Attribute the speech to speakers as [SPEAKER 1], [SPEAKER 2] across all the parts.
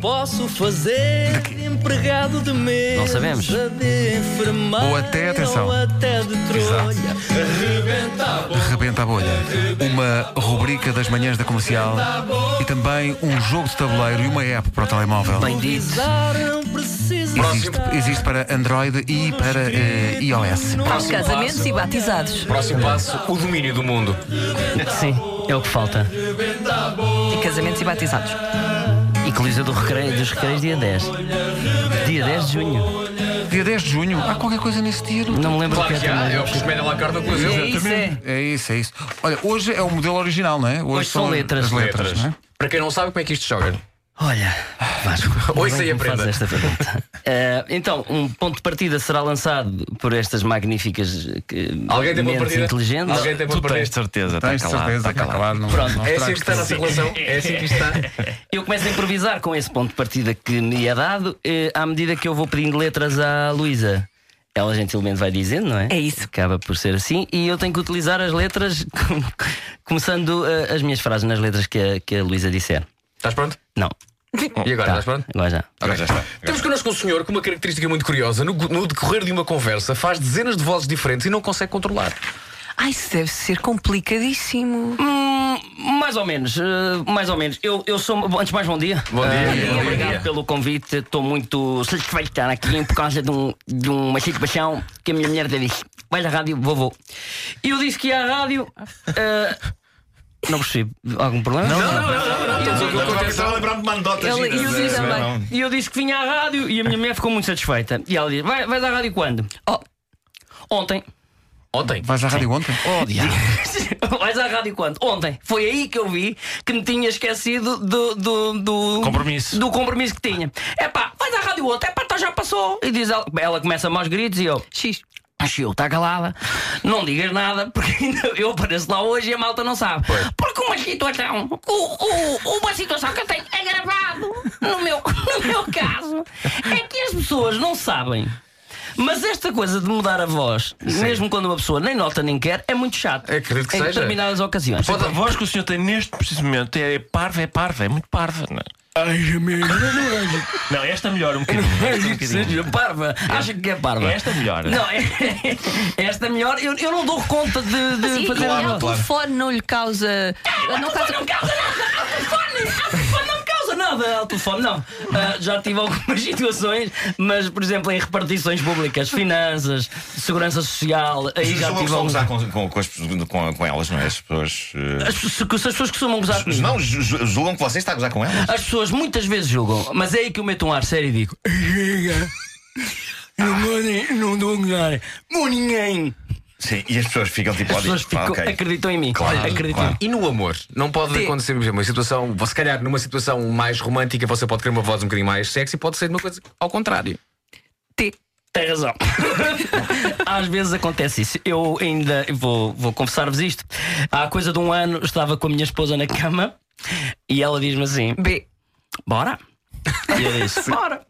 [SPEAKER 1] Posso fazer de empregado de mesa,
[SPEAKER 2] Não sabemos.
[SPEAKER 1] de enfermeiro
[SPEAKER 3] Ou até, atenção.
[SPEAKER 1] ou até de
[SPEAKER 3] Exato.
[SPEAKER 1] trolha.
[SPEAKER 3] Rebenta a bolha. Uma rubrica das manhãs da comercial e também um jogo de tabuleiro e uma app para o telemóvel.
[SPEAKER 2] Bem dito.
[SPEAKER 1] Avisar não precisa
[SPEAKER 3] Existe,
[SPEAKER 1] estar
[SPEAKER 3] existe para Android e para eh, iOS.
[SPEAKER 4] Aos casamentos e batizados.
[SPEAKER 5] Próximo passo, o domínio do mundo.
[SPEAKER 2] Sim, é o que falta.
[SPEAKER 4] E casamentos e batizados.
[SPEAKER 2] E coliseu do recreio, dos recreios dia 10. Dia 10 de junho.
[SPEAKER 3] Dia 10 de junho, há qualquer coisa nesse dia. não
[SPEAKER 2] Não me lembro o que
[SPEAKER 5] Claro
[SPEAKER 2] é
[SPEAKER 5] que há,
[SPEAKER 2] também.
[SPEAKER 5] é o que espera lá carne no coliseu.
[SPEAKER 4] isso, é.
[SPEAKER 3] É isso, é isso. Olha, hoje é o modelo original, não é? Hoje,
[SPEAKER 2] são letras.
[SPEAKER 3] As letras,
[SPEAKER 5] Letras.
[SPEAKER 3] não é?
[SPEAKER 5] Para quem não sabe como é que isto se joga,
[SPEAKER 2] Olha, Vasco,
[SPEAKER 5] Oi,
[SPEAKER 2] ainda bem
[SPEAKER 5] sei
[SPEAKER 2] que me
[SPEAKER 5] aprenda.
[SPEAKER 2] fazes esta pergunta. Eh, então, um ponto de partida será lançado por estas magníficas eh, que-
[SPEAKER 5] alguém tem uma
[SPEAKER 2] mentes
[SPEAKER 5] partida?
[SPEAKER 2] inteligentes.
[SPEAKER 5] Alguém tem uma
[SPEAKER 6] Tu tens
[SPEAKER 5] partida?
[SPEAKER 6] certeza, está
[SPEAKER 3] Tens
[SPEAKER 6] Tá calado.
[SPEAKER 3] certeza,
[SPEAKER 6] está
[SPEAKER 3] está
[SPEAKER 6] calado.
[SPEAKER 3] calado. Não, não
[SPEAKER 5] É assim
[SPEAKER 3] estragues
[SPEAKER 5] que está a nossa
[SPEAKER 3] tudo.
[SPEAKER 5] relação? É assim que isto está?
[SPEAKER 2] Eu começo a improvisar com esse ponto de partida que me é dado eh, à medida que eu vou pedindo letras à Luísa. Ela gentilmente vai dizendo, não é?
[SPEAKER 4] É isso.
[SPEAKER 2] Acaba por ser assim. E eu tenho que utilizar as letras, começando eh, as minhas frases nas letras que a, que a Luísa disser.
[SPEAKER 5] Estás pronto?
[SPEAKER 2] Não.
[SPEAKER 5] E agora,
[SPEAKER 2] Tá.
[SPEAKER 5] estás pronto?
[SPEAKER 2] Agora já.
[SPEAKER 6] Agora já está.
[SPEAKER 5] Temos connosco um senhor com uma característica muito curiosa. No, no decorrer de uma conversa, faz dezenas de vozes diferentes e não consegue controlar.
[SPEAKER 4] Ai, isso deve ser complicadíssimo.
[SPEAKER 2] Hum, mais ou menos, eh, mais ou menos. Eu, eu sou. Antes de mais, bom dia.
[SPEAKER 5] Bom dia,
[SPEAKER 2] Ah,
[SPEAKER 5] bom dia,
[SPEAKER 2] obrigado
[SPEAKER 5] bom dia.
[SPEAKER 2] pelo convite. Estou muito satisfeito de estar aqui por causa de, um, de uma situação que a minha mulher disse: Vai à rádio, vovô. E eu disse que ia à rádio. eh, não percebi. Algum problema? Não, não, não.
[SPEAKER 6] a lembrar-me de mandotas.
[SPEAKER 4] Ele- giras, eu vi é, também. não
[SPEAKER 2] E eu disse que vinha à rádio e a minha mulher ficou muito satisfeita. E ela disse: Vai, vais à rádio quando? "Oh, ontem.
[SPEAKER 5] Ontem.
[SPEAKER 3] Vais à rádio ontem?
[SPEAKER 2] Vais à rádio quando? Ontem. Foi aí que eu vi que me tinha esquecido do. do, do
[SPEAKER 6] Compromisso.
[SPEAKER 2] Do compromisso que tinha. É pá, vais à rádio ontem. É pá, então já passou. E diz ela, ela começa a maus gritos e eu.
[SPEAKER 4] X.
[SPEAKER 2] Achei, está calada, não digas nada, porque ainda eu apareço lá hoje e a malta não sabe. Porque uma situação, o- o- uma situação que eu tenho agravado no meu, no meu caso, é que as pessoas não sabem. Mas esta coisa de mudar a voz, mesmo quando uma pessoa nem nota nem quer, é muito chato.
[SPEAKER 5] Acredito que
[SPEAKER 2] em
[SPEAKER 5] seja.
[SPEAKER 2] determinadas ocasiões.
[SPEAKER 6] A voz que o senhor tem neste preciso momento é parva, é parva, é muito parva, não é? Não, esta melhor um bocadinho. esta um bocadinho.
[SPEAKER 2] Seja parva, acha que é parva.
[SPEAKER 6] Esta é melhor.
[SPEAKER 2] Não, é, esta é melhor, eu, eu não dou conta de, de
[SPEAKER 4] Sim,
[SPEAKER 2] fazer a
[SPEAKER 4] e
[SPEAKER 2] voz.
[SPEAKER 4] ao telefone não lhe causa. não causa.
[SPEAKER 2] não causa nada! Ao telefone! Ao telefone não me causa nada! Ao telefone, não. Ah, já tive algumas situações, mas, por exemplo, em repartições públicas, finanças, segurança social, aí já
[SPEAKER 7] Já
[SPEAKER 2] tive
[SPEAKER 7] vão
[SPEAKER 2] alguns. As
[SPEAKER 7] gozar com, com, com, as pessoas- com, com elas, não é? As pessoas. eh,
[SPEAKER 2] pessoas- as pessoas que costumam gozar comigo.
[SPEAKER 7] Não, ju- ju- julgam que você está a gozar com elas.
[SPEAKER 2] As pessoas muitas vezes julgam, mas é aí que eu meto um ar sério e digo: Não vou nem- não dou nada, por ninguém.
[SPEAKER 7] Sim, e as pessoas ficam tipo,
[SPEAKER 2] As pessoas ficam, acreditam em mim. acreditam.
[SPEAKER 7] claro.
[SPEAKER 5] E no amor, não pode
[SPEAKER 4] Sim.
[SPEAKER 5] acontecer, por exemplo, uma situação, se calhar numa situação mais romântica, você pode querer uma voz um bocadinho mais sexy, pode ser uma coisa ao contrário.
[SPEAKER 4] T.
[SPEAKER 2] Tem razão. Às vezes acontece isso. Eu ainda vou, vou confessar-vos isto. Há coisa de um ano estava com a minha esposa na cama e ela diz-me assim:
[SPEAKER 4] B.
[SPEAKER 2] Bora? E eu disse: Bora!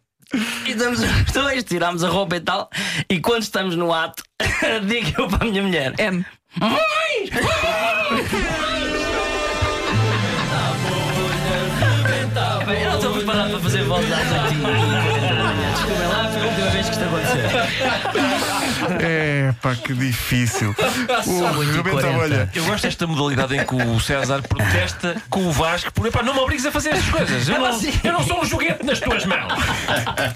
[SPEAKER 2] E estamos os dois, tirámos a roupa e tal. E quando estamos no ato, digo eu para a minha mulher:
[SPEAKER 4] M.
[SPEAKER 2] Mãe! Eu não estou preparado para fazer vozes às 8 Desculpem lá, foi a última vez que isto aconteceu.
[SPEAKER 3] É, pá, que difícil.
[SPEAKER 2] São oito e
[SPEAKER 3] Rebenta a
[SPEAKER 2] quarenta.
[SPEAKER 3] bolha.
[SPEAKER 6] Eu gosto desta modalidade em que o César protesta
[SPEAKER 4] assim-
[SPEAKER 6] com o Vasco por epá, não me obrigues a fazer estas coisas. Eu não, eu não sou um joguete nas tuas mãos.